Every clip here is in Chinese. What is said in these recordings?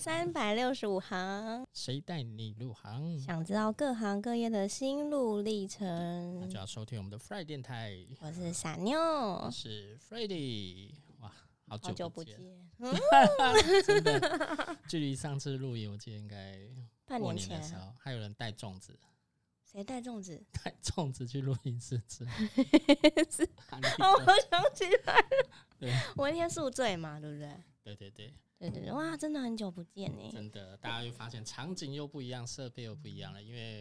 三百六十五行，谁带你入行？想知道各行各业的心路历那程就。要收听我们的 Fry 电台，我是傻妞我，是 Friday。哇，好哦好久久不不见，见， 真的，距离上次录影，我记得应该半过年年的时前啊候，还有人带粽子， 谁带粽子？ 带粽子去录音室吃。哈利哦，波特我想起来对了，我那天宿醉嘛，对不对？ 对对对，对对对，哇，真的很久不见呢，真的，大家会发现场景又不一样，设备又不一样了，因为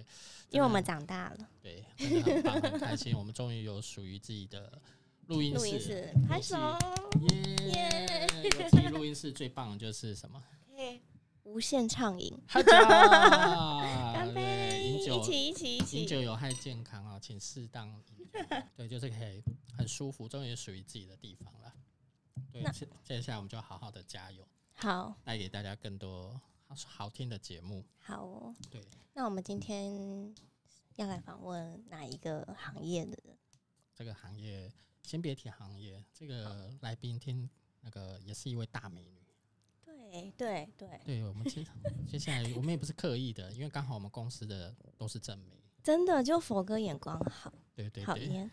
因为我们真的长大了，对真的很棒，很开心，我们终于有属于自己的录音录音室。室哦拍手，耶！有自己录音室最棒的就是什么？可以无限畅饮，喝酒，干干杯，饮一酒，起一起一饮起，酒有害健康啊，请适当饮 酒。对，就是可以很舒服，终于属于自己的地方了。对那，接接下来我们就好好的加油，好带给大家更多好听的节目。好哦。对，那我们今天要来访问哪一个行业的人？这个行业先别提行业，这个来宾听那个也是一位大美 女。对对对，对我们接接下来我们也不是刻意的，因为刚好我们公司的都是正美。真的就佛哥眼光好，对对好对，烟。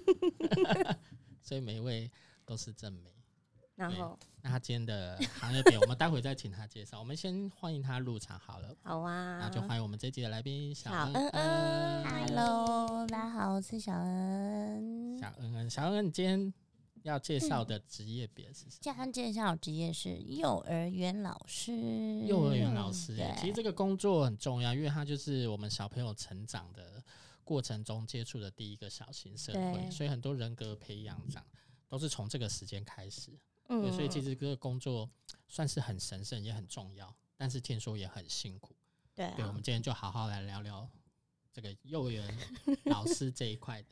对 所以每一位都是正美。然后那他今天的行业表，我们待会再请他介绍。我们先欢迎他入场好了，好那啊，嗯就欢迎我们这一集的来宾小小恩恩恩嗨 Hello，大家好，我是小恩。小恩恩，小恩恩，你今天要介绍的职业别是什家安介绍职业是幼儿园老师，嗯么？幼儿园老师耶。对其实这个工作很重要，因为它就是我们小朋友成长的过程中接触的第一个小型社会，对所以很多人格培养上都是从这个时间开始。对，嗯，所以其实这个工作算是很神圣，也很重要，但是听说也很辛苦。对对，我啊，们今天就好好来聊聊这个幼儿园老师这一块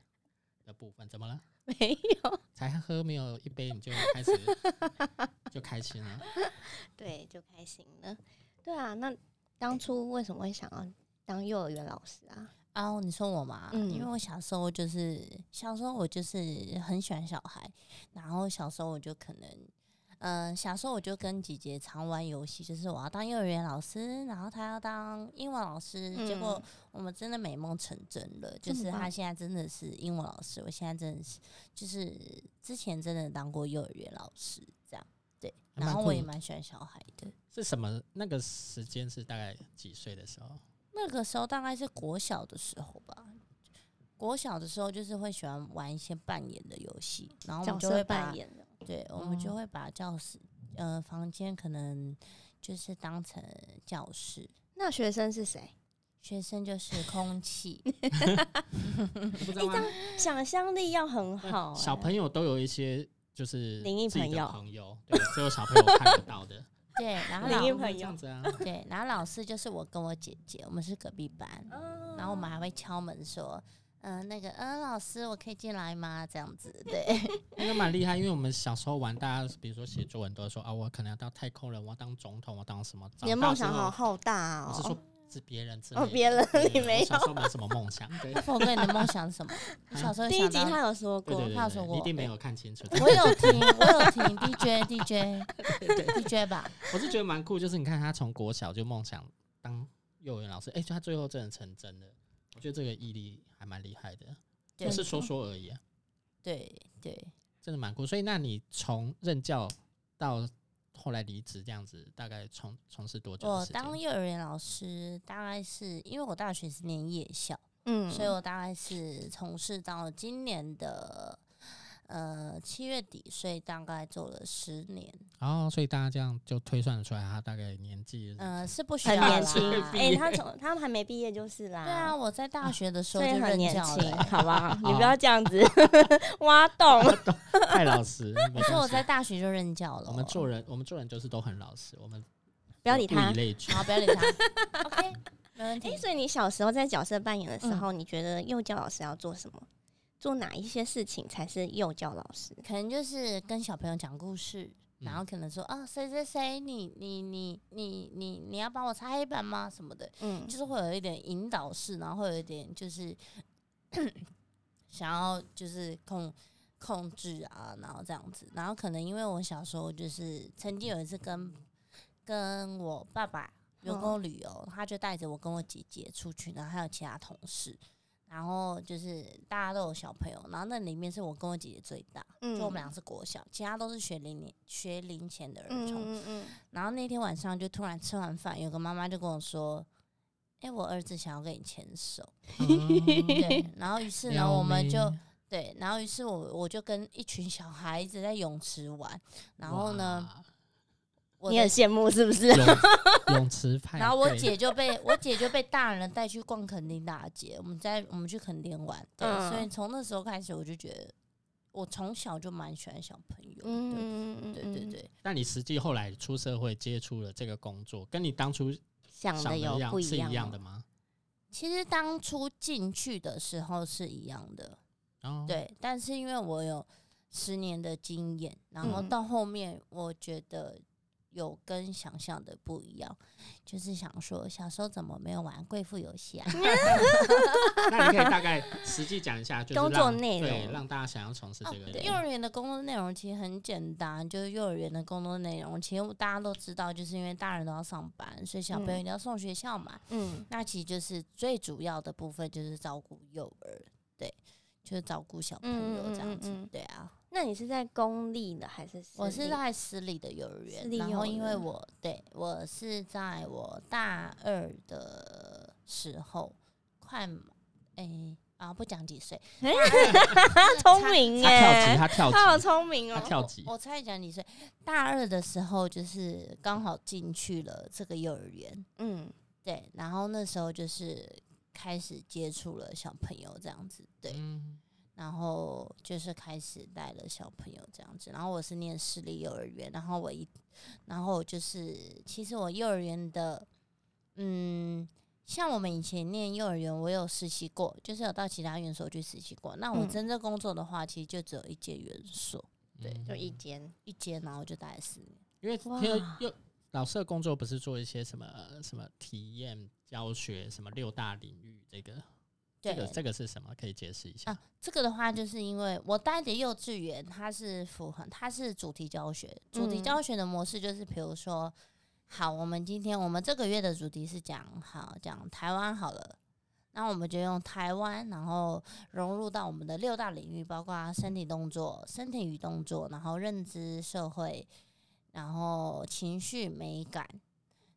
的部分。怎么了？ 没有，才喝没有一杯你就开始就开心了？对，就开心了。对啊，那当初为什么会想要当幼儿园老师啊？哦，你说我嘛，嗯因为我小时候就是小时候我就是很喜欢小孩，然后小时候我就可能，呃，小时候我就跟姐姐常玩游戏，就是我要当幼儿园老师，然后她要当英文老师，结果我们真的美梦成真了，就嗯这么是她棒现在真的是英文老师，我现在真的是就是之前真的当过幼儿园老师这样，对，还蛮然后酷我也的蛮喜欢小孩的。是什么？那个时间是大概几岁的时候？那个时候大概是国小的时候吧。国小的时候就是会喜欢玩一些扮演的游戏，然后我角们就会色把扮，演的，嗯对，我们哦就会把教室呃房间可能就是当成教室，那学生是谁？学生就是空 气，嗯不知道吗？嗯想象力要很好欸，嗯小朋友都有一些就是灵异自己朋的友朋友，对，只有小朋友看得到的，对，然 后灵异老朋会友这样子啊。对，然后老师就是我跟我姐姐，我们是隔壁班，哦，然后我们还会敲门说，嗯、那个，嗯、老师我可以进来吗？这样子，对，那个蛮厉害，因为我们小时候玩，大家比如说写作文都会说啊，我可能要当太空人，我要当总统，我要当什么？你的长大梦之想好后浩大我是说哦，是别人之类哦的，别人对你没我小时候没什么 梦想，对佛哥你的梦想 是什么？你小时候有第一想集到他有说对过对，他对有说对，过你一定没有看清楚。我有听，我有听 DJ DJ 对对， DJ 吧，我是觉得蛮酷，就是你看他从国小就梦想当幼儿园老师，哎，就他最后真的成真了，我觉得这个毅力还蛮厉害的，对不是说说而已啊，对对，真的蛮酷。所以那你从任教到后来离职这样子，大概从从事多久的我时间？当幼儿园老师大概是因为我大学是念夜校，嗯，所以我大概是从事到今年的呃七月底，所以大概做了十年，哦，所以大家这样就推算得出来，他大概年纪，呃是不需很要年啦轻 对，毕哎、业他从他们还没毕业就是啦，对啊，我在大学的时所候以就很任年教轻了、，好不 好？你不要这样子 挖洞，太老实。没我说关我系在大学就任教了哦，我们做人，我们做人就是都很老实，我们不要理他物以。类 聚。好，不要理他，OK，没问哎、题。所以你小时候在角色扮演的时候，你觉得幼教老师要做什么？做哪一些事情才是幼教老师？可能就是跟小朋友讲故事，然嗯后可能说啊，谁谁谁，你你你你你你要帮我擦黑板吗？什么的，嗯就是会有一点引导式，然后会有一点就是 想要就是控控制啊，然后这样子，然后可能因为我小时候就是曾经有一次跟跟我爸爸员嗯工旅游，他就带着我跟我姐姐出去，然后还有其他同事，然后就是大家都有小朋友，然后那里面是我跟我姐姐最大，嗯就我们俩是国小，其他都是学龄年学龄前的儿嗯童。嗯嗯然后那天晚上就突然吃完饭，有个妈妈就跟我说：“哎、我儿子想要跟你牵手。嗯嗯 对，然后于是呢，我们就对，然后于是我我就跟一群小孩子在泳池玩，然后呢，嗯，我你很的羡慕是不是？泳泳池派， 然后我姐就被我姐就被大人带去逛垦丁大街，我们在我们去垦丁玩，对，嗯所以从那时候开始我就觉得，我从小就蛮喜欢小朋友，嗯， 嗯，嗯对对，对，但你实际后来出社会接触了这个工作，跟你当初想想的的有样不是样哦一样吗的吗？其实当初进去的时候是一样的，哦， 对，但是因为我有十年的经验，然后嗯到后面我觉得有跟想象的不一样，就是想说小时候怎么没有玩贵妇 游戏啊？那你可以大概实际讲一下，就是工让作内对容让大家想要从事哦这个幼儿园的工作内容其实很简单，就是幼儿园的工作内容，其实大家都知道，就是因为大人都要上班，所以小朋友嗯一定要送学校嘛。嗯那其实就是最主要的部分，就是照顾幼儿，对，就是照顾小朋嗯友嗯这样子，嗯嗯对啊。那你是在公立的还是私我是 立在私立的幼儿园私，立然幼后儿因为园我对我是在我大二的时候，快满诶、啊不讲几岁，他聪明他跳级，耶，他跳他好级，聪明他哦，跳级，我猜讲几岁，大二的时候就是刚好进去了这个幼儿园，嗯对，然后那时候就是开始接触了小朋友这样子，对，嗯，然后就是开始带了小朋友这样子。然后我是念私立幼儿园，然后我一，然后就是其实我幼儿园的，嗯，像我们以前念幼儿园，我有实习过，就是有到其他园所去实习过。那我嗯真正工作的话，其实就只有一间园所，对嗯就一间，一间，然后就待了四年。因为哇因为又老师的工作不是做一些什么呃什么体验教学，什么六大领域这个。这对，个这个是什么？可以解释一下啊。这个的话，就是因为我带的幼稚园，它是符合它是主题教学，主题嗯教学的模式就是，比如说，好，我们今天我们这个月的主题是讲好讲台湾好了，那我们就用台湾，然后融入到我们的六大领域，包括身体动作、身体与动作，然后认知、社会，然后情绪、美感。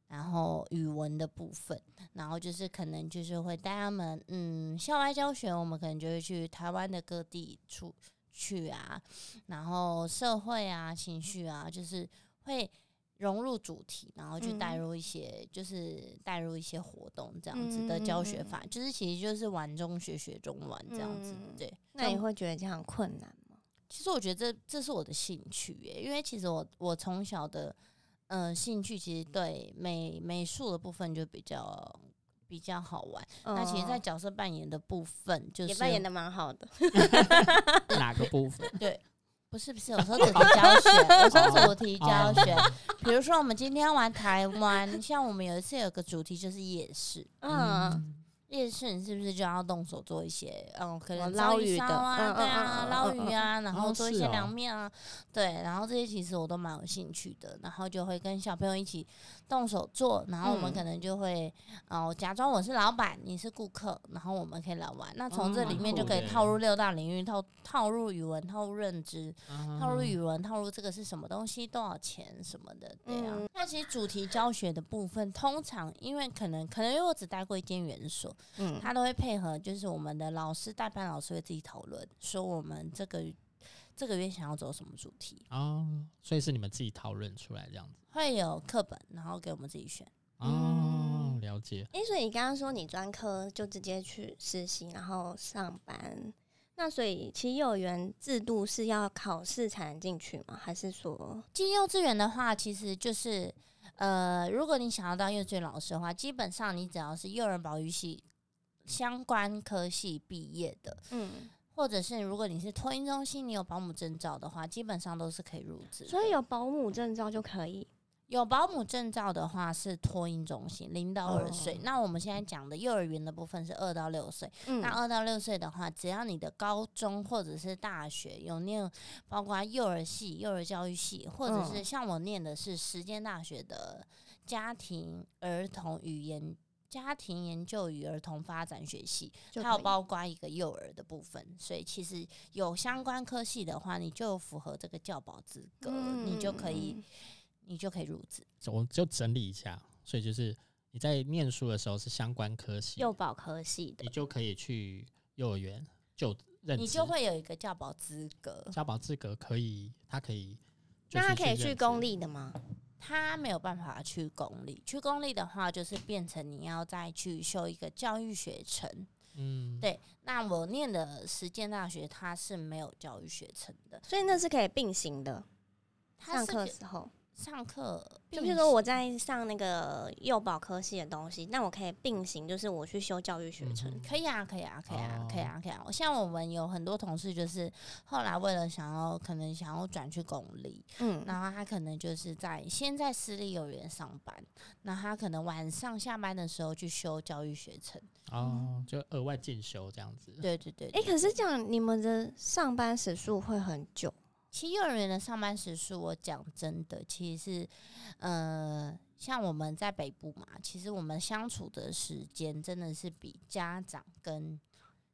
然后语文的部分，然后就是可能就是会带他们，嗯，校外教学，我们可能就会去台湾的各地出去啊，然后社会啊、情绪啊，就是会融入主题，然后去带嗯入一些，就是带入一些活动这样子的嗯嗯教嗯学嗯法，就是其实就是玩中学，学中玩这样子。嗯对，那你会觉得这样很困难吗？其实我觉得这这是我的兴趣耶，因为其实我我从小的嗯、呃兴趣其实对美美术的部分就比较比较好玩。那其实，在哦角色扮演的部分，就是也扮演的蛮好的，哪个部 分？不是不是，我说主题教学，我哦说主题哦教学。比如说，我们今天要玩台湾，像我们有一次有个主题就是夜市，嗯，夜市你是不是就要动手做一些，嗯，可能哦捞烧鱼烧的啊，嗯对嗯啊，嗯嗯捞嗯鱼啊，然后哦做一是些哦凉面啊，对，然后这些其实我都蛮有兴趣的，然后就会跟小朋友一起动手做，然后我们嗯可能就会，哦，假装我是老板，你是顾客，然后我们可以来玩。那从这哦里蛮面就酷可以的套入六大领域，套套入语文，套入认知，套路嗯语文，套路这个是什么东西，多少钱什么的，对啊。嗯那其实主题教学的部分，通常因为可能可能因为我只待过一间园所，嗯，他都会配合，就是我们的老师代班老师会自己讨论，说我们这个这个月想要走什么主题，哦，所以是你们自己讨论出来这样子。会有课本，然后给我们自己选。哦，了解。哎、所以你刚刚说你专科就直接去实习，然后上班，那所以其实幼儿园制度是要考试才能进去吗？还是说，进幼稚园的话，其实就是呃，如果你想要当幼稚园老师的话，基本上你只要是幼儿保育系相关科系毕业的，嗯，或者是如果你是托婴中心，你有保姆证照的话，基本上都是可以入职的。所以有保姆证照就可以？有保姆证照的话是托婴中心零到二岁，哦那我们现在讲的幼儿园的部分是二到六岁。嗯那二到六岁的话，只要你的高中或者是大学有念，包括幼儿系、幼儿教育系，或者是嗯像我念的是实践大学的家庭儿童语言。家庭研究与儿童发展学系，就还有可以包括一个幼儿的部分，所以其实有相关科系的话，你就符合这个教保资格，你就可嗯以，你就可以入职。我就整理一下，所以就是你在念书的时候是相关科系，幼保科系的你就可以去幼儿园就任职，你就会有一个教保资格。家保资格可以，他可以就是那他任职，可以去公立的吗？他没有办法去公立，去公立的话就是变成你要再去修一个教育学程。嗯，对，那我念的实践大学它是没有教育学程的，所以那是可以并行的。上它是课的给时候，上课，就譬如说我在上那个幼保科系的东西，那我可以并行，就是我去修教育学程。嗯哼可以啊，可以啊，可以啊哦，可以啊，可以啊。像我们有很多同事，就是后来为了想要可能想要转去公立，嗯，然后他可能就是在先在私立幼儿园上班，那他可能晚上下班的时候去修教育学程。哦，就额外进修这样子，对对对哎、对可是这样你们的上班时数会很久，其实幼儿园的上班时数，我讲真的，其实是，呃，像我们在北部嘛，其实我们相处的时间真的是比家长跟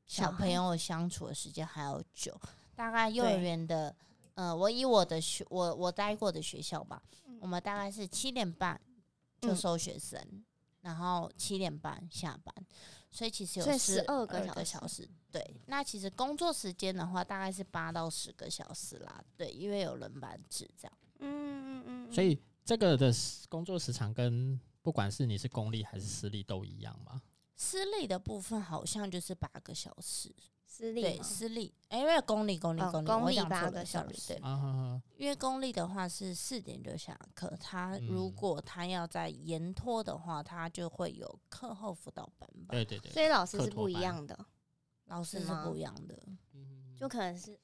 小小孩朋友相处的时间还要久。大概幼儿对园的，呃，我以我的学，我我待过的学校吧，我们大概是七点半就嗯收学生，然后七点半下班，所以其实有所以十12个个小小时。对，那其实工作时间的话，大概是八到十个小时啦。对，因为有轮班制这样。嗯嗯嗯所以这个的时工作时长跟不管是你是公立还是私立都一样嘛，私立的部分好像就是八个小时，私立对，嘛私立，哎因为公立公立哦公立，公我立讲八错个了，sorry，小时对，啊，因为公立的话是四点就下课，他如嗯果他要在延托的话，他就会有课后辅导班吧，对对对，嗯所以老师课是托不一班样的，老师是是吗不一样的。嗯就可能是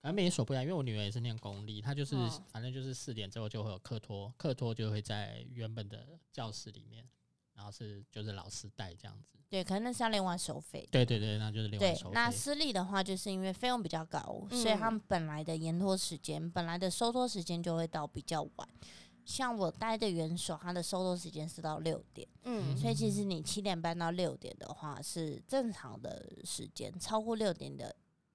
反正每一所不一样，因为我女儿也是念公立，她就是、哦反正就是四点之后就会有课托，课托就会在原本的教室里面，然后是就是老师带这样子。对，可能那是要另外收费。对对对，那就是另外对收，费。那私立的话，就是因为费用比较高，所以他嗯们本来的延托时间、本来的收托时间就会到比较晚。像我待的园所，它的收托时间是到六点，嗯所以其实你七点半到六点的话是正常的时间，超过六点的，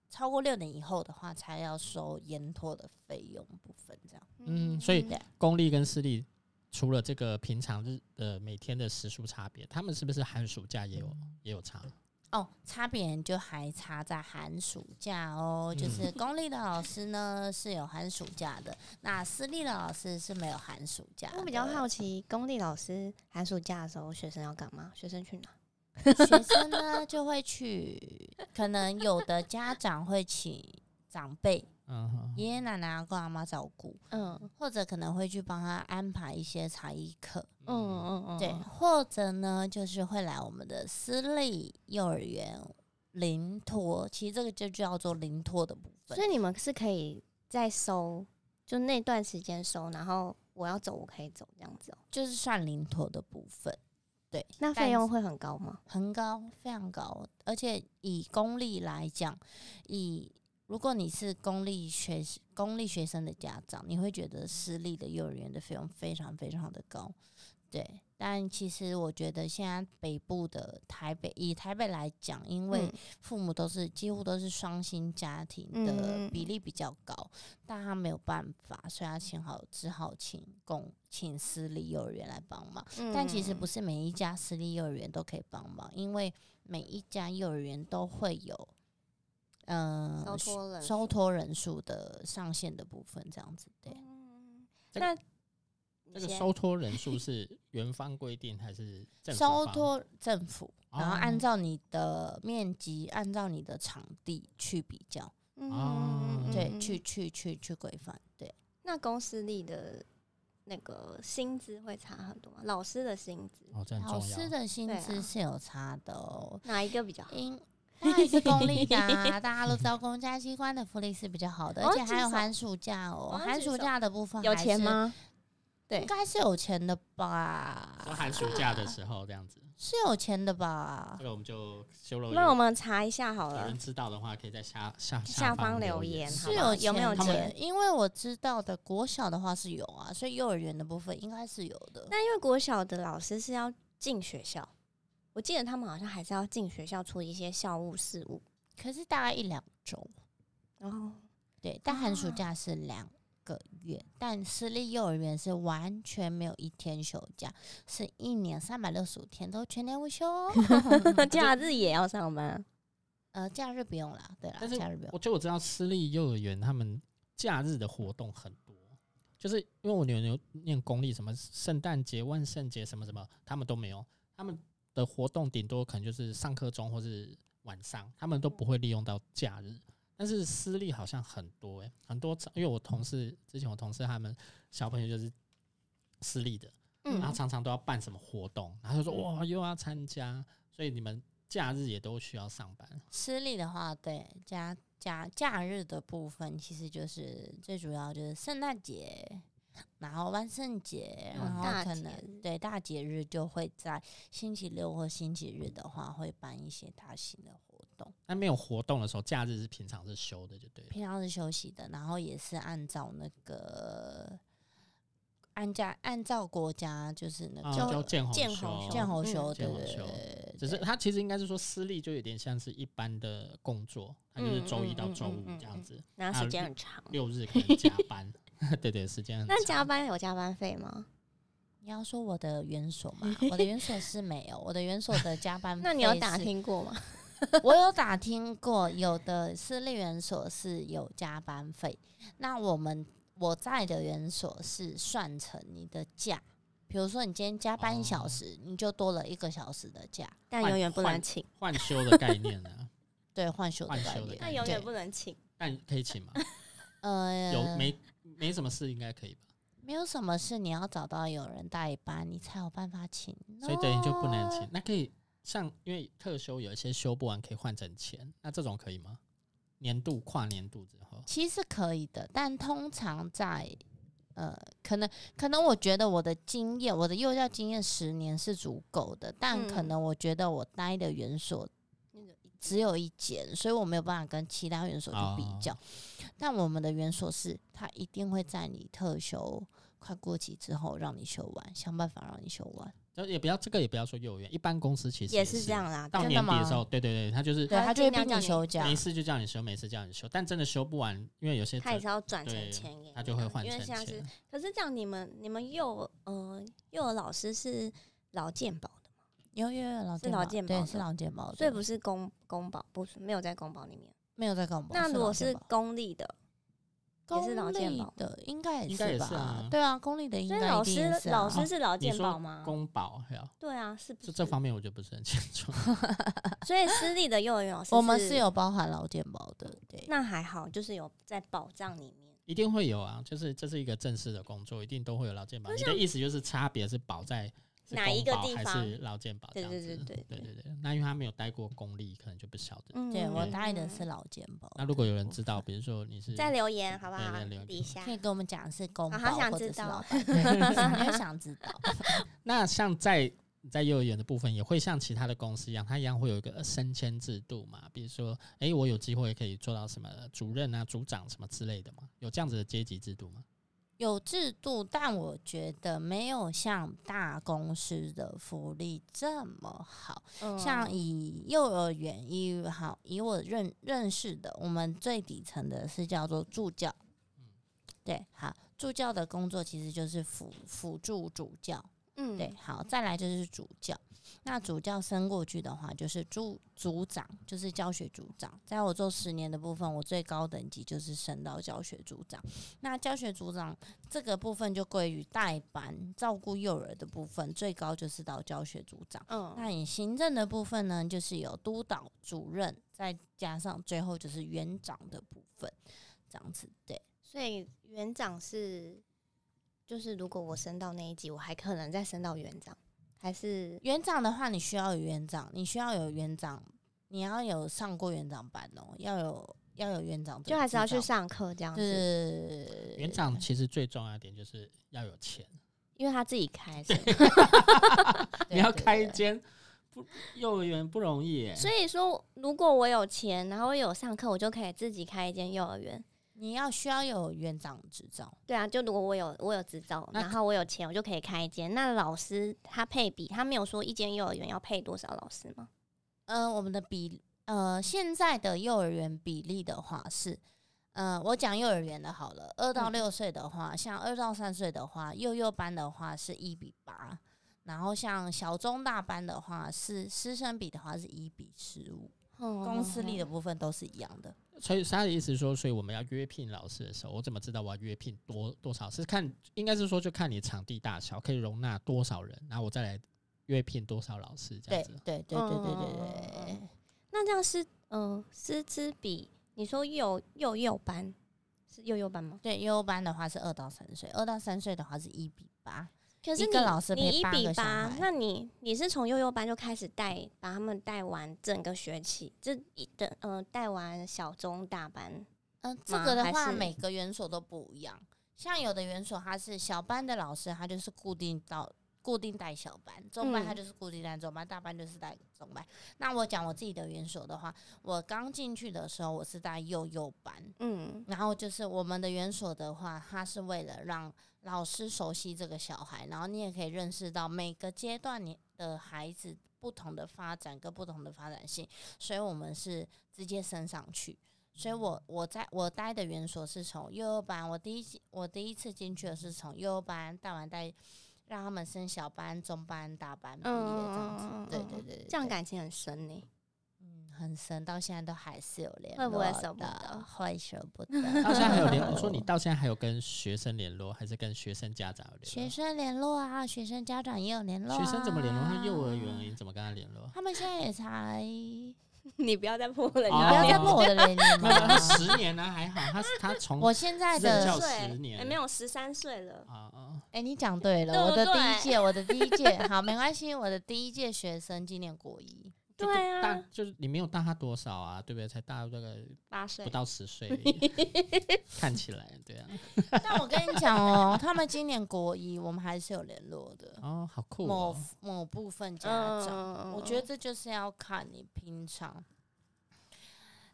超过六点以后的话才要收延托的费用部分，这样。嗯所以嗯公立跟私立除了这个平常日呃每天的时数差别，他们是不是寒暑假也有嗯也有差？哦，差别就还差在寒暑假哦，就是公立的老师呢是有寒暑假的，那私立的老师是没有寒暑假的。我比较好奇，公立老师寒暑假的时候，学生要干嘛？学生去哪？学生呢就会去，可能有的家长会请长辈、嗯哼，爷爷奶奶、阿公阿妈照顾，嗯或者可能会去帮他安排一些才艺课，嗯嗯嗯，对，或者呢就是会来我们的私立幼儿园零托，其实这个就叫做零托的部分所。以你们是可以再收，就那段时间收，然后我要走我可以走这样子哦、就是算零头的部分，那但费用会很高吗？很高，非常高。而且以公立来讲，以如果你是公立学公立学生的家长，你会觉得私立的幼儿园的费用非常非常的高，对。但其实我觉得现在北部的台北，以台北来讲，因为嗯父母都是几乎都是双薪家庭嗯的比例比较高，但他没有办法，所以他请好只好请公请私立幼儿园来帮忙。但其实不是，是每一家私立幼儿园都可以帮忙，因为每一家幼儿园都会有，嗯、收托人收数托人数的上限的部分，这样子对。嗯这个那这你个先收托人数是园方规定还是政府收方托政府，然后按哦照你的面积，按照你的场地去比较，嗯哦对，嗯去去去去规范，对。那公司里的那个薪资会差很多吗？老师的薪资哦，这很老重要师。的薪对资啊是有差的哦，哪一个比较好？ 因当然是公立的、啊，大家都知道公家机关的福利是比较好的，哦而且还举有手寒暑假哦哦。寒举暑手假的部分有还钱是？吗？对应该是有钱的说吧？寒暑假的时候这样子，是有钱的吧这？个我们就修罗。那我们查一下好哦有了人，知道的话，可以在下下下方方留言言。是好不好有有没有钱他们的钱？因为我知道的国小的话是有啊，所以幼儿园的部分应该是有的。那因为国小的老师是要进学校，我记得他们好像还是要进学校处理一些校务事务。可是大概一两周，然后对，但寒暑假是两个月，但私立幼儿园是完全没有一天休假，是一年三百六十五天都全年无休哦。假日也要上班，呃，假日不用啦，对啦但是，假日不用。我就我知道私立幼儿园他们假日的活动很多，就是因为我女儿念公立，什么圣诞节、万圣节什么什么，他们都没有，他们的活动顶多可能就是上课中或是晚上，他们都不会利用到假日。但是私立好像很多诶、很多因为我同事之前我同事他们小朋友就是私立的，嗯然后常常都要办什么活动，然后就说哇又要参加，所以你们假日也都需要上班。私立的话，对假假假日的部分，其实就是最主要就是圣诞节，然后万圣节，嗯然大后可节能对大节日就会在星期六或星期日的话，会办一些大型的活动。那没有活动的时候，假日是平常是休的，就对了。平常是休息的，然后也是按照那个按家按照国家就是那啊，个叫建建红红休，建侯嗯休，对建侯对休对只是它其实应该是说私立就有点像是一般的工作，它就是周一到周五嗯嗯嗯嗯嗯这样子，然后时间很长。六日可能加班。 对对，时啊间很那长加班有加班费吗？你要说我的园所嘛，我的园所是没有，我的园所的加 班那你有费打是？听过吗？ 我有打听过，有的私立园所是有加班费，那我们我在的园所是算成你的假。比如说，你今天加班一小哦时，你就多了一个小时的假，但换永远不能换请，换休的概念呢？对，换休的换概休的念。概但念永对远不能请。但可以请吗？呃，嗯有没没什么事应该可以吧？没有什么事，你要找到有人代班，你才有办法请。哦所以等于就不能 No 请。。那可以像因为特休有一些休不完可以换成钱，那这种可以吗？年度跨年度之后，其实可以的，但通常在呃，可能可能我觉得我的经验，我的幼教经验十年是足够的，但可嗯能我觉得我待的园所只有一间，所以我没有办法跟其他园所去比较。但我们的园所是，它一定会在你特休快过期之后让你休完，想办法让你休完。就也不要这个也不要说幼儿园，一般公司其实也是是这。样啦，到真的年底的吗时候，对对对，他就是对，它它会就会尽量叫逼你你休假。没事就叫你休，没事叫你休，但真的休不完，因为有些他也责是要转成对钱给你他就会的换因成为现在是钱。可是这样，你们你们幼呃幼儿老师是劳健保的，有有有老是劳健健对，保是的老健保的，所以不是公公保，不是没有在公保里面。没有在公保。那如老果哦健是保公立的，也是劳公健立保吗的，应该应该也吧？是啊对啊，公立的应所以该老一定师也是啊老师是劳你健保说吗？公保还有对啊，嗯是不这是这方面我就不是很清楚。所以私立的幼儿园老师 我们是，有包含劳健保的，对，那还好，就是有在保障里面。一定会有啊，就是这是一个正式的工作，一定都会有劳健保。你的意思就是差别是保在是哪一公个保地还方是劳健保这对样对子？对对对对对那因为他没有待过公立，可能就不晓得。嗯对我嗯带的是劳健保。那如果有人知道，比如说你是在留言好不对好对留？言底下可以跟我们讲是公我保啊好想或知者是道 劳保，因为想知道。那像在你在幼儿园的部分，也会像其他的公司一样，它一样会有一个升迁制度嘛？比如说，诶，我有机会可以做到什么主任啊、组长什么之类的嘛？有这样子的阶级制度吗？有制度，但我觉得没有像大公司的福利这么好。嗯像以幼儿园以好以我认认识的，我们最底层的是叫做助教，嗯对，好，助教的工作其实就是辅辅助主教，嗯对，好，再来就是主教。那主教升过去的话，就是组组长，就是教学组长。在我做十年的部分，我最高等级就是升到教学组长。那教学组长这个部分就归于代班照顾幼儿的部分，最高就是到教学组长。嗯那以行政的部分呢，就是有督导主任，再加上最后就是园长的部分，这样子对。所以园长是就是如果我升到那一级，我还可能再升到园长，还是园长的话，你需要有园长，你需要有园长，你要有上过园长班哦，要有要有园长的执就照，还是要去上课这样对子？对对对对对对园长其实最重要一点就是要有钱， 因为他自己 开的，你要对开一对间不幼儿园不容易耶。所以说如果我有钱，然后我有上课，我就可以自己开一间幼儿园。你要需要有园长执照，对啊，就如果我有我有执照，那然后我有钱，我就可以开一间。那老师他配比，他没有说一间幼儿园要配多少老师吗？呃，我们的比呃现在的幼儿园比例的话是，呃，我讲幼儿园的好了，二到嗯六岁的话，像二到三岁的话，幼幼班的话是一比八，然后像小中大班的话是师生比的话是一比十五，公司立的的部分都是一样的。所以他的意思是说，所以我们要约聘老师的时候，我怎么知道我要约聘多多少？是看应该是说就看你场地大小可以容纳多少人，然后我再来约聘多少老师这对样子。对对对对对嗯嗯对嗯。那这样师嗯、师资比，你说幼幼幼班是幼幼班吗？对，幼幼班的话是二到三岁，二到三岁的话是一比八。可是一你个老师你陪一八比个小八孩，那你你是从幼幼班就开始带，把他们带完整个学期，这一整呃带完小中大班，嗯，这吗个的还话，是每个园所都不一样。像有的园所，他是小班的老师，他就是固定到固定带小班；中班他嗯就是固定带中班，大班就是带中班。那我讲我自己的园所的话，我刚进去的时候，我是带幼幼班。嗯然后就是我们的园所的话，它是为了让老师熟悉这个小孩，然后你也可以认识到每个阶段你的孩子不同的发展跟不同的发展性，所以我们是直接升上去。所以我我在我待的园所是从幼儿班，我第一季我第一次进去的是从幼儿班带完带，让他们升小班、中班、大班毕业这样子。嗯嗯嗯嗯嗯对对对对，这样对感情很深呢。嗯很深，到现在都还是有联会络不会舍不的得会舍不 得。 到现在还有 联，我说你到现在还有跟学生联络，还是跟学生家长有联学络？生联络啊，学生家长也有联络、啊。啊学生怎么联络？他幼儿啊园而已，你怎么跟他联 络？他们现在也才，你不要再泼人不家哦要脸再问我的年龄没有，没有他 了。十年呢、啊还好，他他从我现在任的教了，十岁年哎没有十三岁了，啊啊，哎、你讲对了，对不我的第一对届，我的第一届，好，没关系，我的第一届学生今年国一，就对啊大就是你没有大他多少啊，对不对？才大这个八岁不到十岁而已， 看起来对啊。但我跟你 讲哦，他们今年国一，我们还是有联络的，哦，好酷、某哦！某部分家长。嗯，我觉得这就是要看你平常，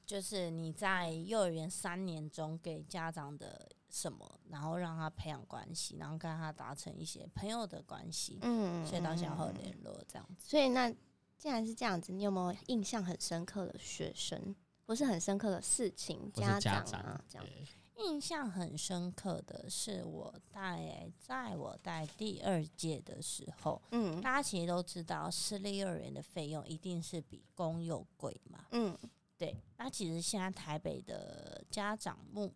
就是你在幼儿园三年中给家长的什么，然后让他培养关系，然后跟他达成一些朋友的关系，嗯所以到现在会有嗯嗯联络这样子。所以那既然是这样子，你有没有印象很深刻的学生，或是很深刻的事情，我是长家啊这样？对印象很深刻的是，我带在我带第二届的时候，嗯大家其实都知道，私立幼儿园的费用一定是比公幼贵嘛。嗯对，那其实现在台北的家长部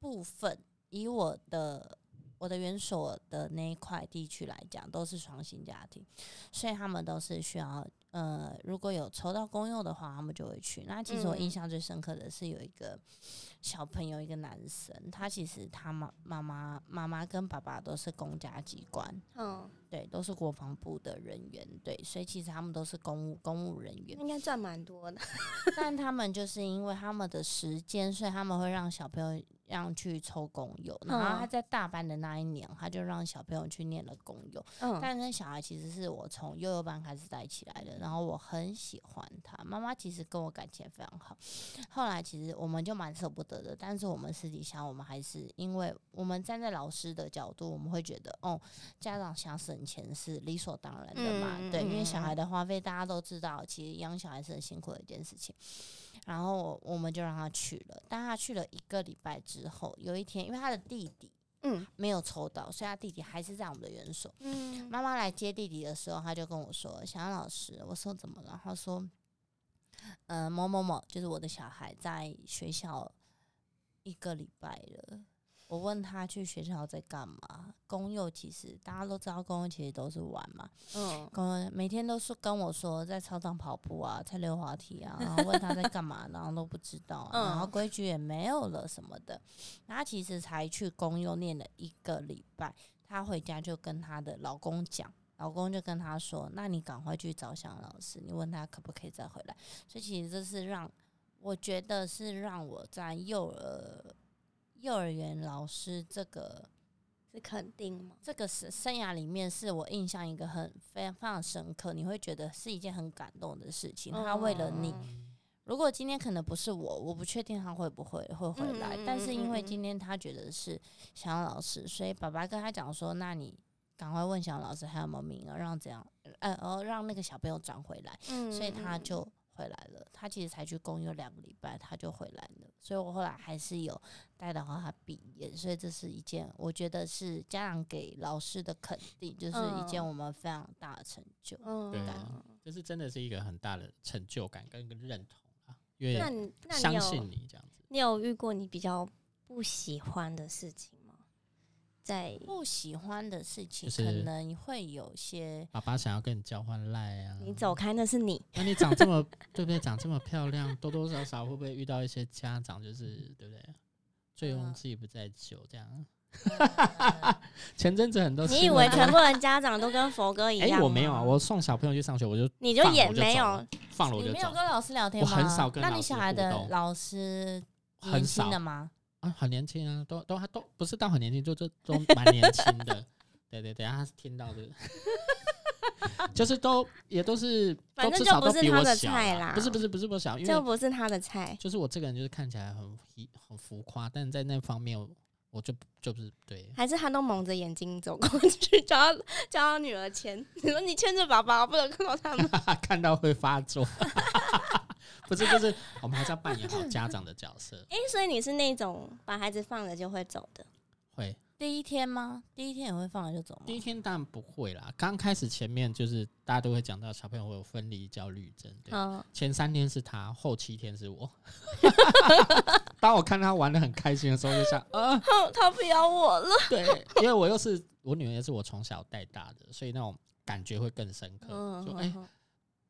部分，以我的我的园所的那一块地区来讲，都是双薪家庭，所以他们都是需要呃，如果有抽到公幼的话，他们就会去。那其实我印嗯象最深刻的是有一个小朋友，一个男生，他其实他妈妈妈妈妈跟爸爸都是公家机关，嗯，对，都是国防部的人员，对，所以其实他们都是公务公务人员。应该赚蛮多的。 但嗯他们就是因为他们的时间，所以他们会让小朋友让去抽公友，然后他在大班的那一年，他就让小朋友去念了公友。嗯但那小孩其实是我从幼幼班开始带起来的，然后我很喜欢他，妈妈其实跟我感情非常好。后来其实我们就蛮舍不得的，但是我们私底下我们还是因为我们站在老师的角度，我们会觉得哦，家长想省钱是理所当然的嘛，嗯对，因为嗯小嗯孩的花费大家都知道，其实养小孩是很辛苦的一件事情。然后我我们就让他去了，但他去了一个礼拜之后，有一天因为他的弟弟嗯没有抽到，所以他弟弟还是在我们的园所。嗯，妈妈来接弟弟的时候，他就跟我说：“小安老师，我说怎么了？”他说：“呃，某某某，就是我的小孩在学校一个礼拜了。”我问他去学校在干嘛？公幼其实大家都知道，公幼其实都是玩嘛。嗯公幼每天都是跟我说在操场跑步啊，在溜滑梯 啊，然后问他在干嘛，然后都不知道啊、嗯然后规矩也没有了什么的。那他其实才去公幼念了一个礼拜，她回家就跟她的老公讲，老公就跟她说：“那你赶快去找小杨老师，你问他可不可以再回来。”所以其实这是让我觉得是让我在幼儿幼儿园老师这个是肯定吗？这个是生涯里面是我印象一个很非常非常深刻，你会觉得是一件很感动的事情。他为了哦你，如果今天可能不是我，我不确定他会不会会回来，嗯嗯嗯但是因为嗯嗯今天他觉得是小杨老师，所以爸爸跟他讲说，那你赶快问小杨老师还有没有名额，让这样呃哦让那个小朋友转回来，嗯所以他就回来了。他其实才去公有两个礼拜，他就回来了，所以我后来还是有带到他毕业，所以这是一件我觉得是家长给老师的肯定，就是一件嗯我们非常大的成就。嗯对啊嗯这是真的是一个很大的成就感跟一个认同啊，因为那你那你相信有你这样子。你有遇过你比较不喜欢的事情吗？在嗯不喜欢的事情，就可是能会有些爸爸想要跟你交换赖啊，你走开，那是你。 那你长这么对不对？长这么漂亮，多多少少会不会遇到一些家长，就是对不对？醉翁嗯之意不在酒，这样。 前阵子很多新你闻以啊，为全部人家长都跟佛哥一哎、样？我没有啊，我送小朋友去上学，我就你就放了也我就没走有了，放了我你就没有走，跟老师聊天我吗？很少跟那老你师小孩互的动老师很年轻少的吗？啊，很年轻啊，都都还都不是到很年轻，就就 都蛮年轻的。对对对，他是听到的， 就是都也都是，反都正至就少不都是比他我的小菜啦不是不是不是我小，因这为不是他的菜。就是我这个人就是看起来很浮很浮夸，但在那方面我我就就是对， 还是他都蒙着眼睛走过去，叫他叫他女儿牵。你说你牵着爸爸，不能看到 他们。看到会发作。 不是，就是我们还是要扮演好家长的角色， 哎、所以你是那种把孩子放了就会走的。会第一天吗？第一天也会放了就走吗？第一天当然不会啦，刚开始前面就是大家都会讲到小朋友会有分离焦虑症，对，嗯，前三天是他，后七天 是我。当我看他玩的很开心的时候，就想 啊，他他不要我 了。对，因为我又是我女儿，也是我从小带大的，所以那种感觉会更深刻。嗯，就嗯哎、嗯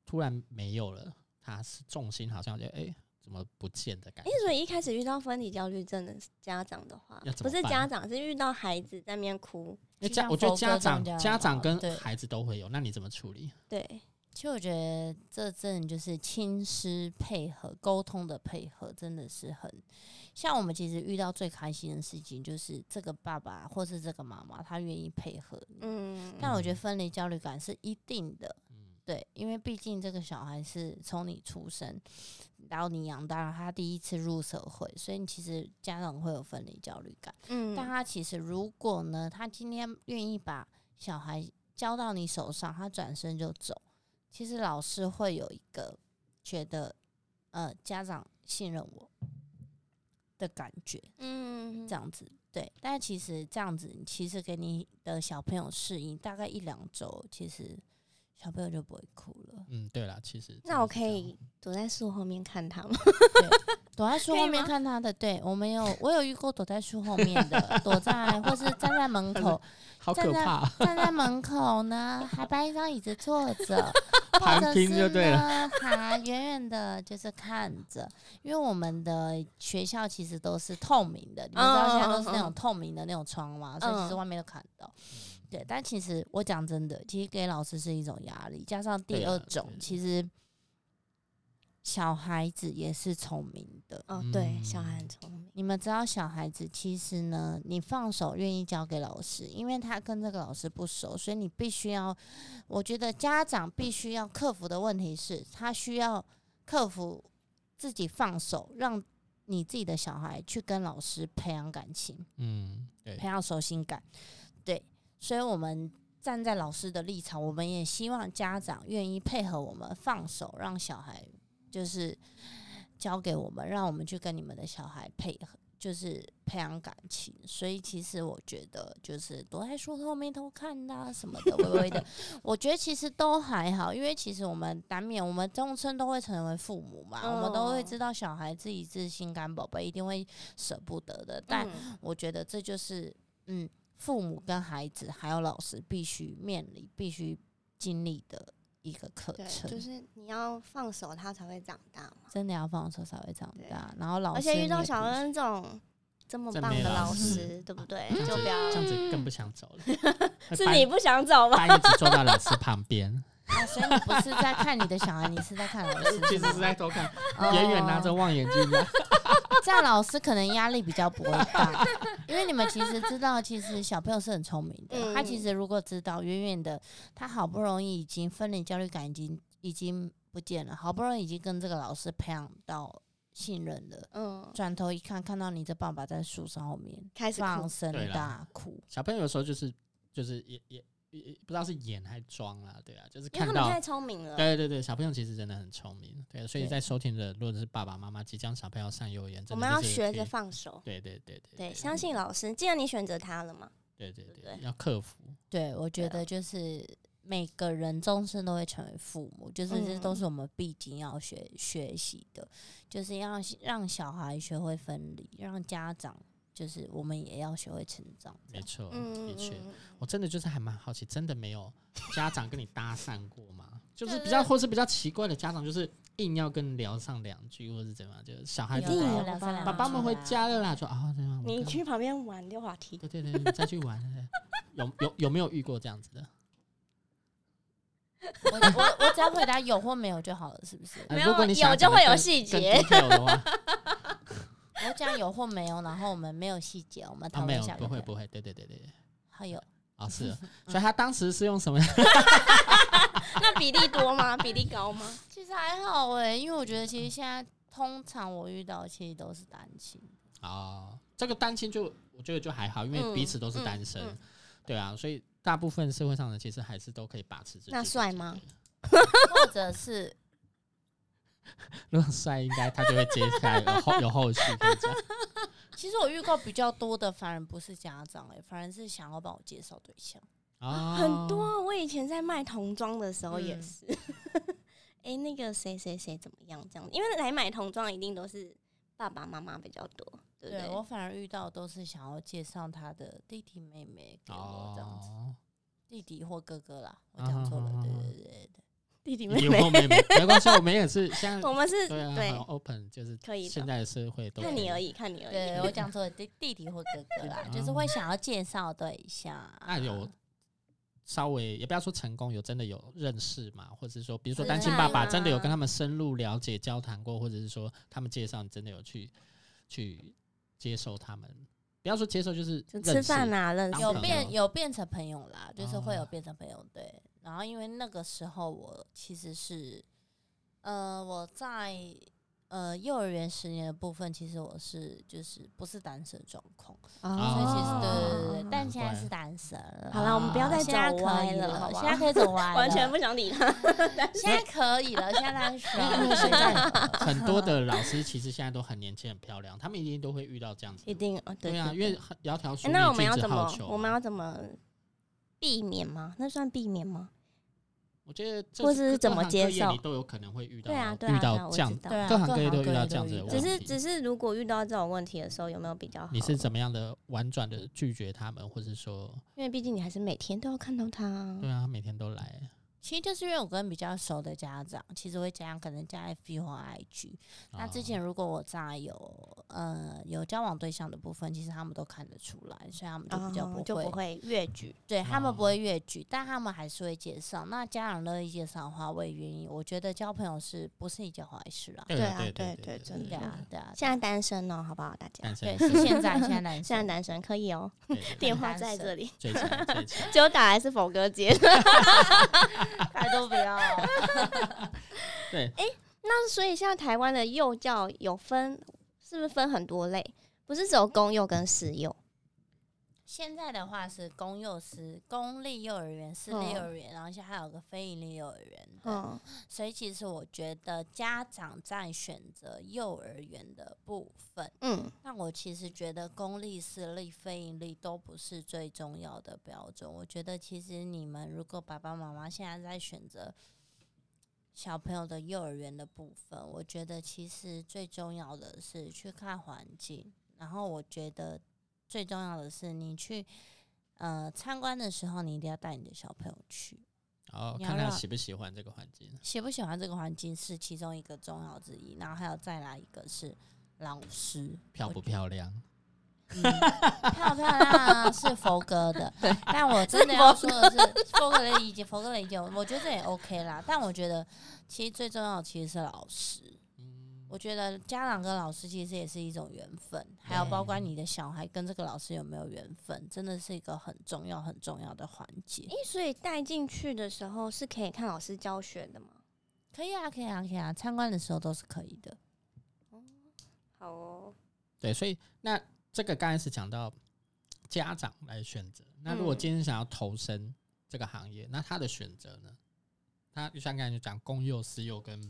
突然没有了，他是重心好像就哎、怎么不见的感哎觉，，所以一开始遇到分离焦虑症的家长的话要，怎不么是办家长，是遇到孩子在面哭。因为就家像我觉得佛家哥这长样讲家长嘛跟对孩子都会有，那你怎么处理？对，其实我觉得这真的就是亲师配合、沟通的配合，真的是很像我们其实遇到最开心的事情，就是这个爸爸或是这个妈妈，他愿意配合你。嗯，但我觉得分离焦虑感是一定的，嗯，。对，因为毕竟这个小孩是从你出生，然后你养大，他第一次入社会，所以你其实家长会有分离焦虑感。嗯，但他其实如果呢，他今天愿意把小孩交到你手上，他转身就走，其实老师会有一个觉得，呃，家长信任我的感觉，嗯，这样子。对，但其实这样子，其实给你的小朋友适应大概一两周，其实小朋友就不会哭了嗯，对啦，其实那我真可的是这样以躲在树后面看他吗？躲在树可以后面吗看他的，对我没有，我有遇过躲在树后面 的，躲在或是站在门口，好站可在怕、啊，站在门口呢，还搬一张椅子坐着，或 旁者听就是对呢，还远远的就是看着，因为我们的学校其实都是透明的，你们知道现在都是那嗯嗯种透明的那种窗嘛，所以其实嗯外面都看得到。对，但其实我讲真的，其实给老师是一种压力，加上第对啊二种，对其实小孩子也是聪明的，哦，对，嗯小孩很聪明。你们知道小孩子其实呢，你放手愿意交给老师，因为他跟这个老师不熟，所以你必须要，我觉得家长必须要克服的问题是，他需要克服自己放手，让你自己的小孩去跟老师培养感情，嗯，对培，养熟心感。对，所以我们站在老师的立场，我们也希望家长愿意配合我们放手，让小孩就是交给我们，让我们去跟你们的小孩配合。就是培养感情，所以其实我觉得就是躲在树后面偷看呐、什么的，微微的，我觉得其实都还好，因为其实我们难免我们终身都会成为父母嘛，我们都会嗯知道小孩自己是心肝宝贝，一定会舍不得的，但嗯我觉得这就是嗯，父母跟孩子还有老师必须面临、必须经历的一个课对，程。就是你要放手，他才会长大嘛。真的要放手才会长对大，然后老师而且遇到你也小不恩这种这么这棒没的老老师师，对不对？这就样不子要这样子更不想走 了，会是搬你不想走吗？搬椅子坐到老师旁边，啊，所以你不是在看你的小孩，你是在看老师，其实吗是在偷看，哦远远拿着望远镜这样，这样老师可能压力比较不会大，因为你们其实知道，其实小朋友是很聪明的，他其嗯实如果知道远远的，他好不容易已经分离焦虑感已经已经不见了，好不容易已经跟这个老师培养到信任了， 嗯，转头一看，看到你的爸爸在树上后面开始放哭，声对啦大哭，小朋友有时候就是就是也也也不知道是演还是装啦，对啊，就是因为看他们到太聪明了。对对对，小朋友其实真的很聪明，对，所以对在收听的，如果是爸爸妈妈即将小朋友上幼儿园，我真的们要就是学可以着，放手，对对对对对，相信老师。既然你选择他了嘛，对对对对对，要克服，对，我觉对啊得就是每个人终身都会成为父母，就是这都嗯是我们必经要学学习的，就是要让小孩学会分离，让家长就是我们也要学会成长。这没样错，嗯，哦的确嗯，嗯我真的就是还蛮好奇，真的没有家长跟你搭讪过 吗？就是对比较对或是比较奇怪的家长，就是硬要跟你聊上两句，或是怎么样，就是小孩一就定是有啊啦两三爸爸爸们回出来家了啦，说啊，对啊，我你跟去旁边玩溜滑梯，对对对，你再去玩， 对有有有没有遇过这样子的？我我我只要回答有或没有就好了，是不是？呃没有如果你想有讲就得会有更细更节 detail 的话，啊我讲有或没有，然后我们没有细节，我们啊，讨没论有下，不个会问题。不会，对对对对对，还有啊是哦，所以他当时是用什么？ 那比例多吗？比例高吗？其实还好哎、因为我觉得其实现在通常我遇到其实都是单亲，哦，这个单亲就我觉得就还好，因为嗯彼此都是单身，嗯嗯对啊，所以大部分社会上的其实还是都可以把持自己。那帅吗对？对对或者是 如果帅，应该他就会接下来有后有后续可以讲。其实我预告比较多的，反而不是家长、欸，反而是想要帮我介绍对象。哦， 很多啊。我以前在卖童装的时候也嗯是， 哎、那个谁谁谁怎么样？这样，因为来买童装一定都是爸爸妈妈比较多，对不对对？我反而遇到都是想要介绍他的弟弟妹妹给我这样子，哦，弟弟或哥哥啦，我讲错了，啊对对对对对。弟弟妹有妹，后妹妹没关系，我们也是现在 我们是对啊，对很 open，就是可以的现在的社会都看你而已。已，看你而对，已。我讲错了，弟弟弟或哥哥 啦，就是会想要介绍对象。啊那有稍微也不要说成功，有真的有认识嘛，或者是说，比如说知单亲道爸爸啊真的有跟他们深入了解、交谈过，或者是说他们介绍你真的有去去接受他们，不要说接受就是就认吃识饭啦、认识当有朋变友有变成朋友啦，就是会有哦变成朋友。对，然后因为那个时候我其实是，呃，我在呃幼儿园十年的部分，其实我是就是不是单身状况，所哦以其实对对对对，但现在是单身了。好了，我们不要再现在走可歪以了，好了，不现好在可以走歪啊了，完全不想理他。现在可以了，现在单身因为因为了，现在了啊 很多的老师其实现在都很年轻、很漂亮，他们一定都会遇到这样子。一定啊，对对啊，因为很窈窕哎淑女，那我们要君子怎好啊么逑？我们要怎么避免吗？那算避免吗？我觉得这或是是各怎么各行接各业受你都有可能会遇到对啊对啊遇对啊到我这样知，道对啊各行各业各都行遇到各业这样都子遇的到问只题。是只是如果遇到这种问题的时候，有没有比较好？你是怎么样的婉转的拒绝他们，或是说，因为毕竟你还是每天都要看到他啊。对啊，他每天都来，其实就是因为我跟比较熟的家长，其实会这样，可能加 FB 或 IG，那之哦前如果我在有呃有交往对象的部分，其实他们都看得出来，所以他们嗯就比较哦不会，就不会越矩，对他们不哦会越矩，但他们还是会介绍。那家长乐意介绍的话，我也愿意。我觉得交朋友是不是一件坏事啊？对对啊啊对对对真对啊，对啊，现在单身哦，好不好，大家单？ 对身是现在现在男 现在生单身可以哦，对对对电话在这里，最强最 强，只有打来是否哥接。拜都不要，对， 那所以现在台湾的幼教有分，是不是分很多类？不是只有公幼跟私幼？现在的话是公幼师、公立幼儿园、私立嗯幼儿园，然后现在还有个非营利幼儿园。嗯，嗯，所以其实我觉得家长在选择幼儿园的部分，嗯，那我其实觉得公立、私立、非盈利都不是最重要的标准。我觉得其实你们如果爸爸妈妈现在在选择小朋友的幼儿园的部分，我觉得其实最重要的是去看环境，然后我觉得最重要的是你去呃参观的时候，你一定要带你的小朋友去。然后你看要他让喜不喜欢这个环境，喜不喜欢这个环境是其中一个重要之一，然后还有再来一个是老师漂不漂亮，嗯漂不漂亮啊是佛哥的，但我真的要说的是佛哥的意见，佛哥的意见，我觉得这也 OK 啦。但我觉得其实最重要的其实是老师，嗯，我觉得家长跟老师其实也是一种缘分，还有包括你的小孩跟这个老师有没有缘分，真的是一个很重要很重要的环节。诶，所以带进去的时候是可以看老师教学的吗？可以啊，可以啊，可以啊，参观的时候都是可以的。好哦，对，所以那这个刚开始讲到家长来选择，那如果嗯今天想要投身这个行业，那他的选择呢？他就像刚才就讲公幼、私幼跟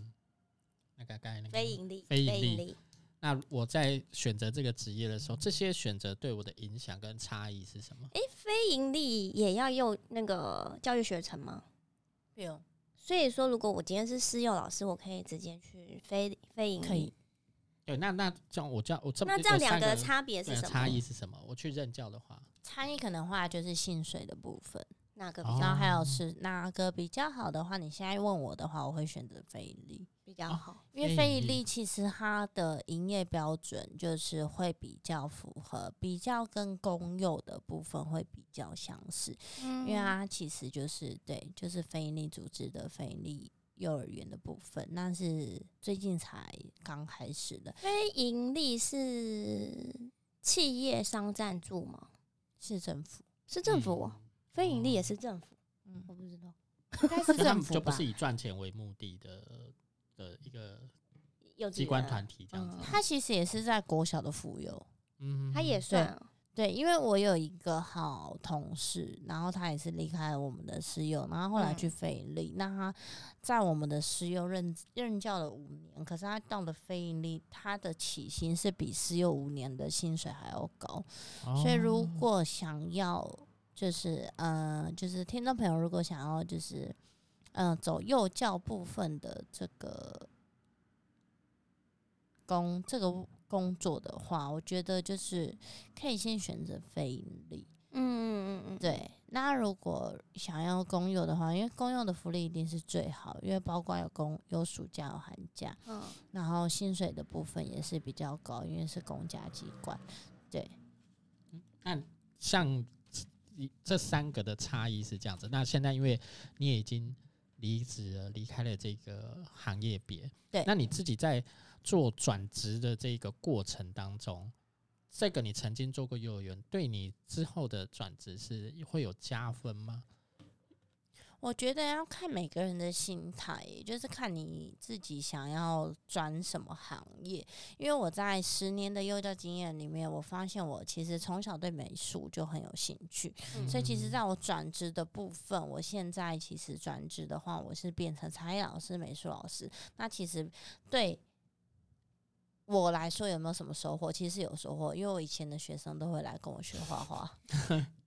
那个刚才那非个，盈利，非盈利盈利。那我在选择这个职业的时候，这些选择对我的影响跟差异是什么？诶，非盈利也要用那个教育学程吗？不用，所以说，如果我今天是私幼老师，我可以直接去非非盈利。可以。对，那那这样我这样我这那这样有两三个个差别是对啊什么？差异是什么？我去任教的话，差异可能话就是薪水的部分，哪个比哦较然后还有是哪个比较好的话，你现在问我的话，我会选择非盈利。比较哦好？因为非非盈盈利利其实它的营业标准就是会比较符合，比较跟公幼的部分会比较相似，嗯因为它其实就是对，就是非盈利组织的非盈利幼儿园的部分，那是最近才刚开始的，非盈利是企业商赞助吗？是政府，是政嗯府哦、非盈利也是政府。嗯，我不知道，应该是就他政们府就不吧是？以赚钱为目的的的一个有机关团体这样子嗯。它其实也是在国小的妇幼，嗯，他也算啊、对，因为我有一个好同事，然后他也是离开了我们的私幼，然后后来去嗯非盈利。那他在我们的私幼任任教了五年，可是他到了非盈利，他的起薪是比私幼五年的薪水还要高。所以如哦果想要，就是嗯、呃就是听众朋友如果想要就是嗯、呃走幼教部分的这个工这个工作的话，我觉得就是可以先选择非盈利。嗯嗯嗯嗯，对，那如果想要公幼的话，因为公幼的福利一定是最好，因为包括有公有暑假有寒假，嗯，然后薪水的部分也是比较高，因为是公家机关。像一这三个的差异是这样子。那现在因为你也已经离职了，离开了这个行业别，对那你自己在做转职的这个过程当中，这个你曾经做过幼儿园，对你之后的转职是会有加分吗？我觉得要看每个人的心态，也就是看你自己想要转什么行业。因为我在十年的幼教经验里面，我发现我其实从小对美术就很有兴趣，嗯所以其实在我转职的部分，我现在其实转职的话，我是变成才艺老师、美术老师。那其实对。我来说有没有什么收获？其实有收获，因为我以前的学生都会来跟我学画画。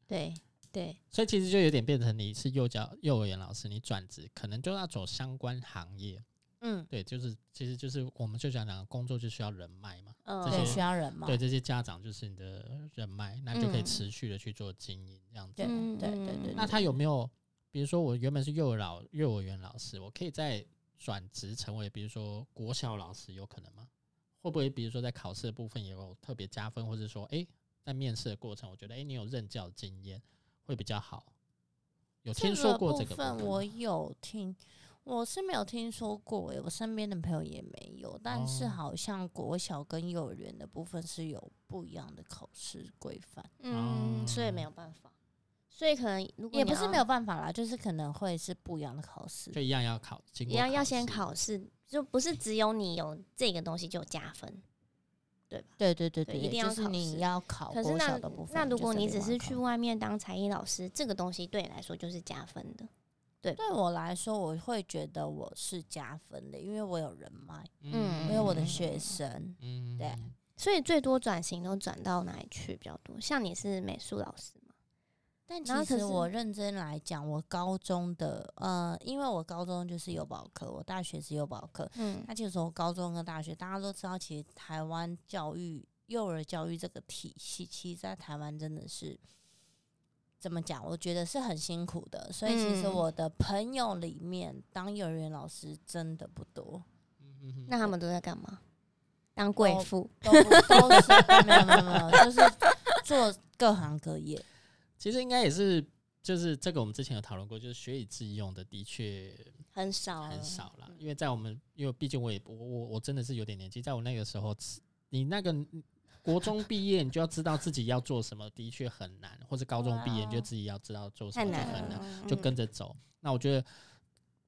对，对，所以其实就有点变成你是幼教幼儿园老师，你转职可能就要走相关行业，嗯，对，就是其实就是我们就讲讲工作就需要人脉嘛，嗯，这对，些需要人嘛。对这些家长就是你的人脉，那你就可以嗯持续的去做经营这样子。对嗯对对对嗯对那他有没有，比如说我原本是幼儿老幼儿园老师，我可以再转职成为比如说国小老师，有可能吗？会不会比如说在考试的部分也有特别加分，或者说诶，在面试的过程，我觉得诶，你有任教经验会比较好？有听说过这个部部分分吗？我有听，我是没有听说过、欸，我身边的朋友也没有，但是哦好像国小跟幼儿园的部分是有不一样的考试规范，嗯，哦所以没有办法，所以可能如果也你不是要没有办法啦，就是可能会是不一样的考试就。一样要考，经一过样要先试考试，就不是只有你有这个东西就加分。对对对对对，一定要就是考你试要考可是国小那的部分。那如就果你另只外是考去外面当才艺老师，这个东西对你来说就是加分的。对我来说，我会觉得我是加分的，因为我有人脉，嗯我有我的学生。嗯对所以最多转型都转到哪里去比较多？像你是美术老师嘛？但然后其可实我是认真来讲，我高中的呃，因为我高中就是幼保科，我大学是幼保科。嗯那其实我高中跟大学，大家都知道，其实台湾教育幼儿教育这个体系，其实在台湾真的是怎么讲？我觉得是很辛苦的。所以其实嗯我的朋友里面，当幼儿园老师真的不 多，嗯那他们都在干嘛？当贵都妇？都不都是没有没有没有，就是做各行各业。其实应该也是就是这个我们之前有讨论过，就是学以致用的的确很少了很少啦，哦因为在我们，因为毕竟我也我我我真的是有点年纪，在我那个时候，你那个国中毕业，你就要知道自己要做什么，的确很难；或者高中毕业，你就自己要知道做什太么，就难很难，了，就嗯跟着走。那我觉得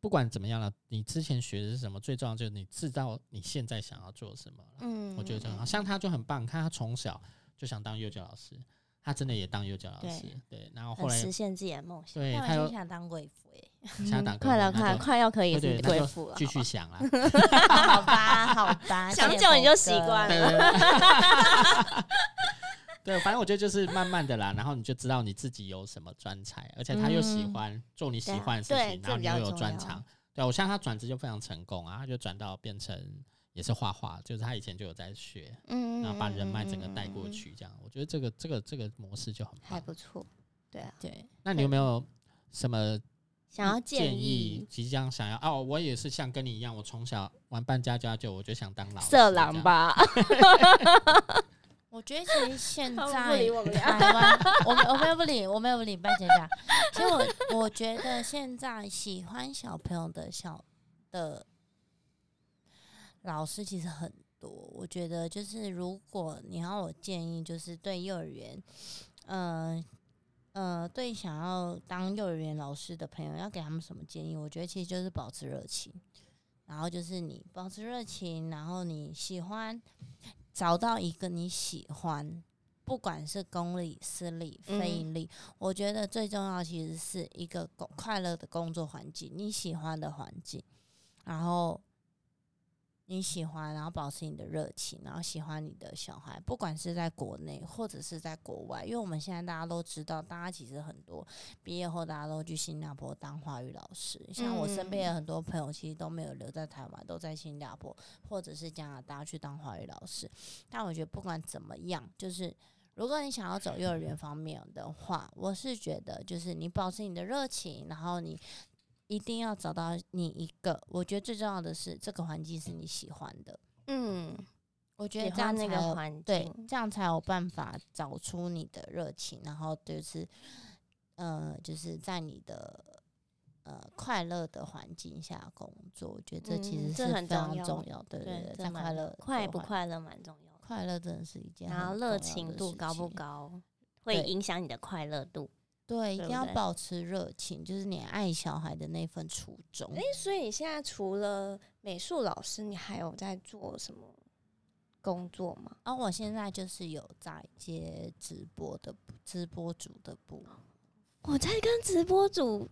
不管怎么样了，你之前学的是什么，最重要就是你知道你现在想要做什么啦。嗯我觉得这很好，像他就很棒，看他从小就想当幼教老师，他真的也当幼教老师，对，然后后很来实现自己的梦想。对那他我又就想当贵妇耶，想打嗯快了，工快那了，就快要可以对是对那就贵妇了，继好续想啦。好吧，好 吧，想谢谢久你就峰习哥惯了对对对 对，反正我觉得就是慢慢的啦，然后你就知道你自己有什么专才，而且他又喜欢做你喜欢的事嗯对啊对情，然后你这又比较有专重要长。对我像他转职就非常成功啊，他就转到变成也是画画，就是他以前就有在学，嗯，嗯然后把人脉整个带过，嗯嗯嗯嗯去，这样我觉得这个这个这个模式就很嗯还棒。不错。对啊，对，那你有没有什么想要建议即将想要哦，我也是像跟你一样，我从小玩扮家家酒，我就想当老师色狼。吧，我觉得其实现他在们台不理我们俩湾，我没我没有不理，我没有不理拜姐家。其实我我觉得现在喜欢小朋友的小的老师其实很多。我觉得就是如果你要我建议，就是对幼儿园，嗯呃对想要当幼儿园老师的朋友，要给他们什么建议？我觉得其实就是保持热情，然后就是你保持热情，然后你喜欢。找到一个你喜欢，不管是公立、私立、嗯非盈利，我觉得最重要其实是一个工快乐的工作环境，你喜欢的环境，然后你喜欢，然后保持你的热情，然后喜欢你的小孩，不管是在国内或者是在国外，因为我们现在大家都知道，大家其实很多毕业后大家都去新加坡当华语老师，像我身边的很多朋友其实都没有留在台湾，都在新加坡或者是加拿大去当华语老师。但我觉得不管怎么样，就是如果你想要走幼儿园方面的话，我是觉得就是你保持你的热情，然后你一定要找到你一个，我觉得最重要的是这个环境是你喜欢的。嗯，我觉喜得这样欢才那有个环境，对，这样才有办法找出你的热情，然后就是，呃，就是在你的呃快乐的环境下工作，我觉得这其嗯实这是非很重常要重要的，对对对，这在蛮快乐的快不环，快乐蛮重要的，快乐真的是一件，然后热情度高不？高，会对影响你的快乐度。对，一对定不要对保持热情，就是你爱小孩的那份初衷。诶，所以你现在除了美术老师，你还有在做什么工作吗？而、我现在就是有在接直播的部直播主的部我在跟直播主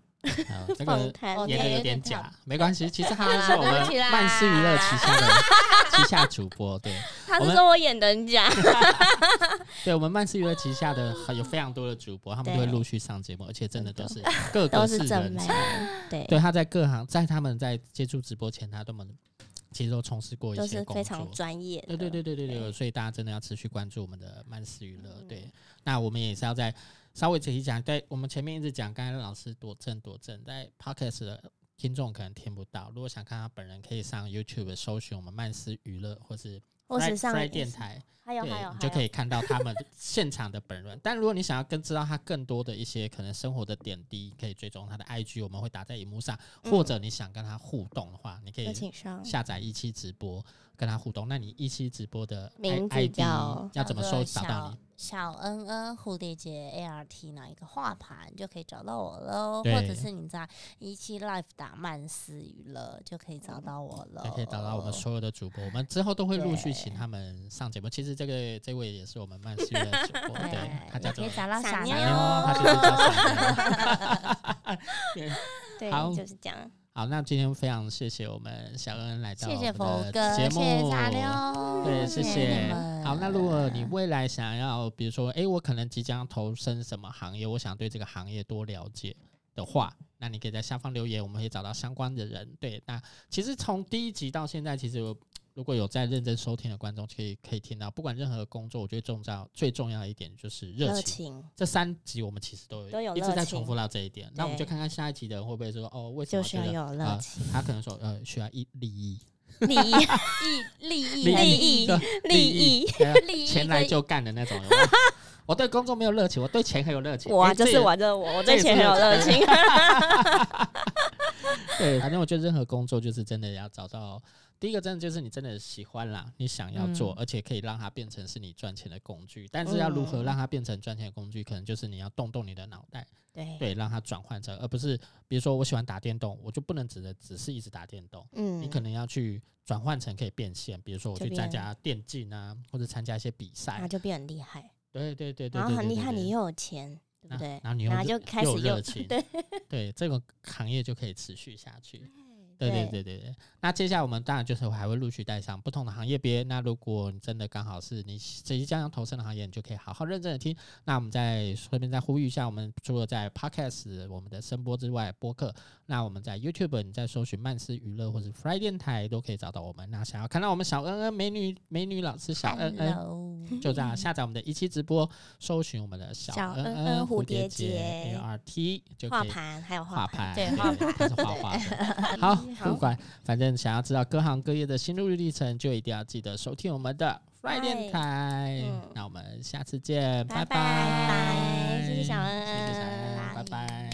好这访个谈，欸哦演对的有有点点假跳，没关系，其 实他好就啦是我对们不起啦曼斯娱乐旗下的旗下主播，对他我是们说我演的很 假，对，我们曼斯娱乐旗下的很有非常多的主播，他们都会对陆续上节目，而且真的真都的是 各都个是正人妹才。，对，对，他在各行，在他们在接触直播前，他都们其实都从事过都一些是工非作，常专业的，对对对对对对，对嗯所以大家真的要持续关注我们的慢思娱乐。对，那我们也是要在稍微仔细讲，在我们前面一直讲，刚才老师多正多正，在 podcast 的听众可能听不到，如果想看他本人，可以上 YouTube 搜寻我们慢思娱乐，或是或 Fry- 是上 Fry 电台，还有对还有，你还就有可以看到他们现场的本人。但如果你想要更知道他更多的一些可能生活的点滴，可以追踪他的 IG，我们会打在荧幕上，或者你想跟他互动的话，你可以嗯有请上下载一期直播跟他互动。那你一期直播的 I, 名字 ID 叫要怎么叫搜做找到你？小恩恩蝴蝶结 ART 哪一个画盘就可以找到我喽，对或者是你在一期 Life 打慢思娱乐就可以找到我了，嗯也可以找到我们所有的主播，我们之后都会陆续对请他们上节目。其实这个这位也是我们曼旭的主播， 对，对，他叫也可做以找到哦傻傻妞闪妞妞，他其实叫闪妞。对好，就是这 样。好，那今天非常谢谢我们小恩来到谢谢我佛们哥，的谢节目，谢傻妞，对，谢你谢。们好，那如果嗯你未来想要，比如说，诶，我可能即将投身什么行业，我想对这个行业多了解的话，那你可以在下方留言，我们可以找到相关的人。对，那其实从第一集到现在，其实有如果有在认真收听的观众，可以可以听到，不管任何工作，我觉得重要最重要的一点就是热热情。情这三集我们其实都有都有一直热在情重复到这一点，那我们就看看下一集的人会不会说，哦，为什就么是这要个有热呃情，他可能说，呃，需要一利益，利益利益利益 对利益利益，利益 前来就干的那种有没有我对工作没有热情，我对钱很有热情。我啊，诶这哎这是也我，这是我，我这对也钱是很有我热情。对，反正我觉得任何工作就是真的要找到第一个，真的就是你真的喜欢啦，你想要做，嗯而且可以让它变成是你赚钱的工具。但是要如何嗯让它变成赚钱的工具，可能就是你要动动你的脑袋，对对，让它转换成，呃而不是比如说我喜欢打电动，我就不能只是只是一直打电动，嗯你可能要去转换成可以变现，比如说我就去参变加电竞啊，或者参加一些比 赛那，就变很厉害，对对对对对，然后很对厉害，对啊你又有钱，对不那对然？后你又然后热就开始又 有热又情，对对，这个行业就可以持续下去。对对对对对。那接下来我们当然就是还会陆续带上不同的行业别。那如果你真的刚好是你即将要投身的行业，你就可以好好认真的听。那我们再顺便再呼吁一下，我们除了在 Podcast 我们的声波之外，播客，那我们在 YouTube 你在搜寻曼斯娱乐或是 Fry 电台都可以找到我们。那想要看到我们小恩恩美女美女老师小嗯恩恩。 Hello 就这样下载我们的一期直播，搜寻我们的小小恩恩恩恩蝴蝴蝶结结 A R T 就画可以盘还有画盘，盘，对画盘画是画 画的。好，不管，反正想要知道各行各业的心路历程，就一定要记得收听我们的 Fry 电台嗯。那我们下次见，拜拜拜拜谢谢小谢谢小恩恩，拜拜。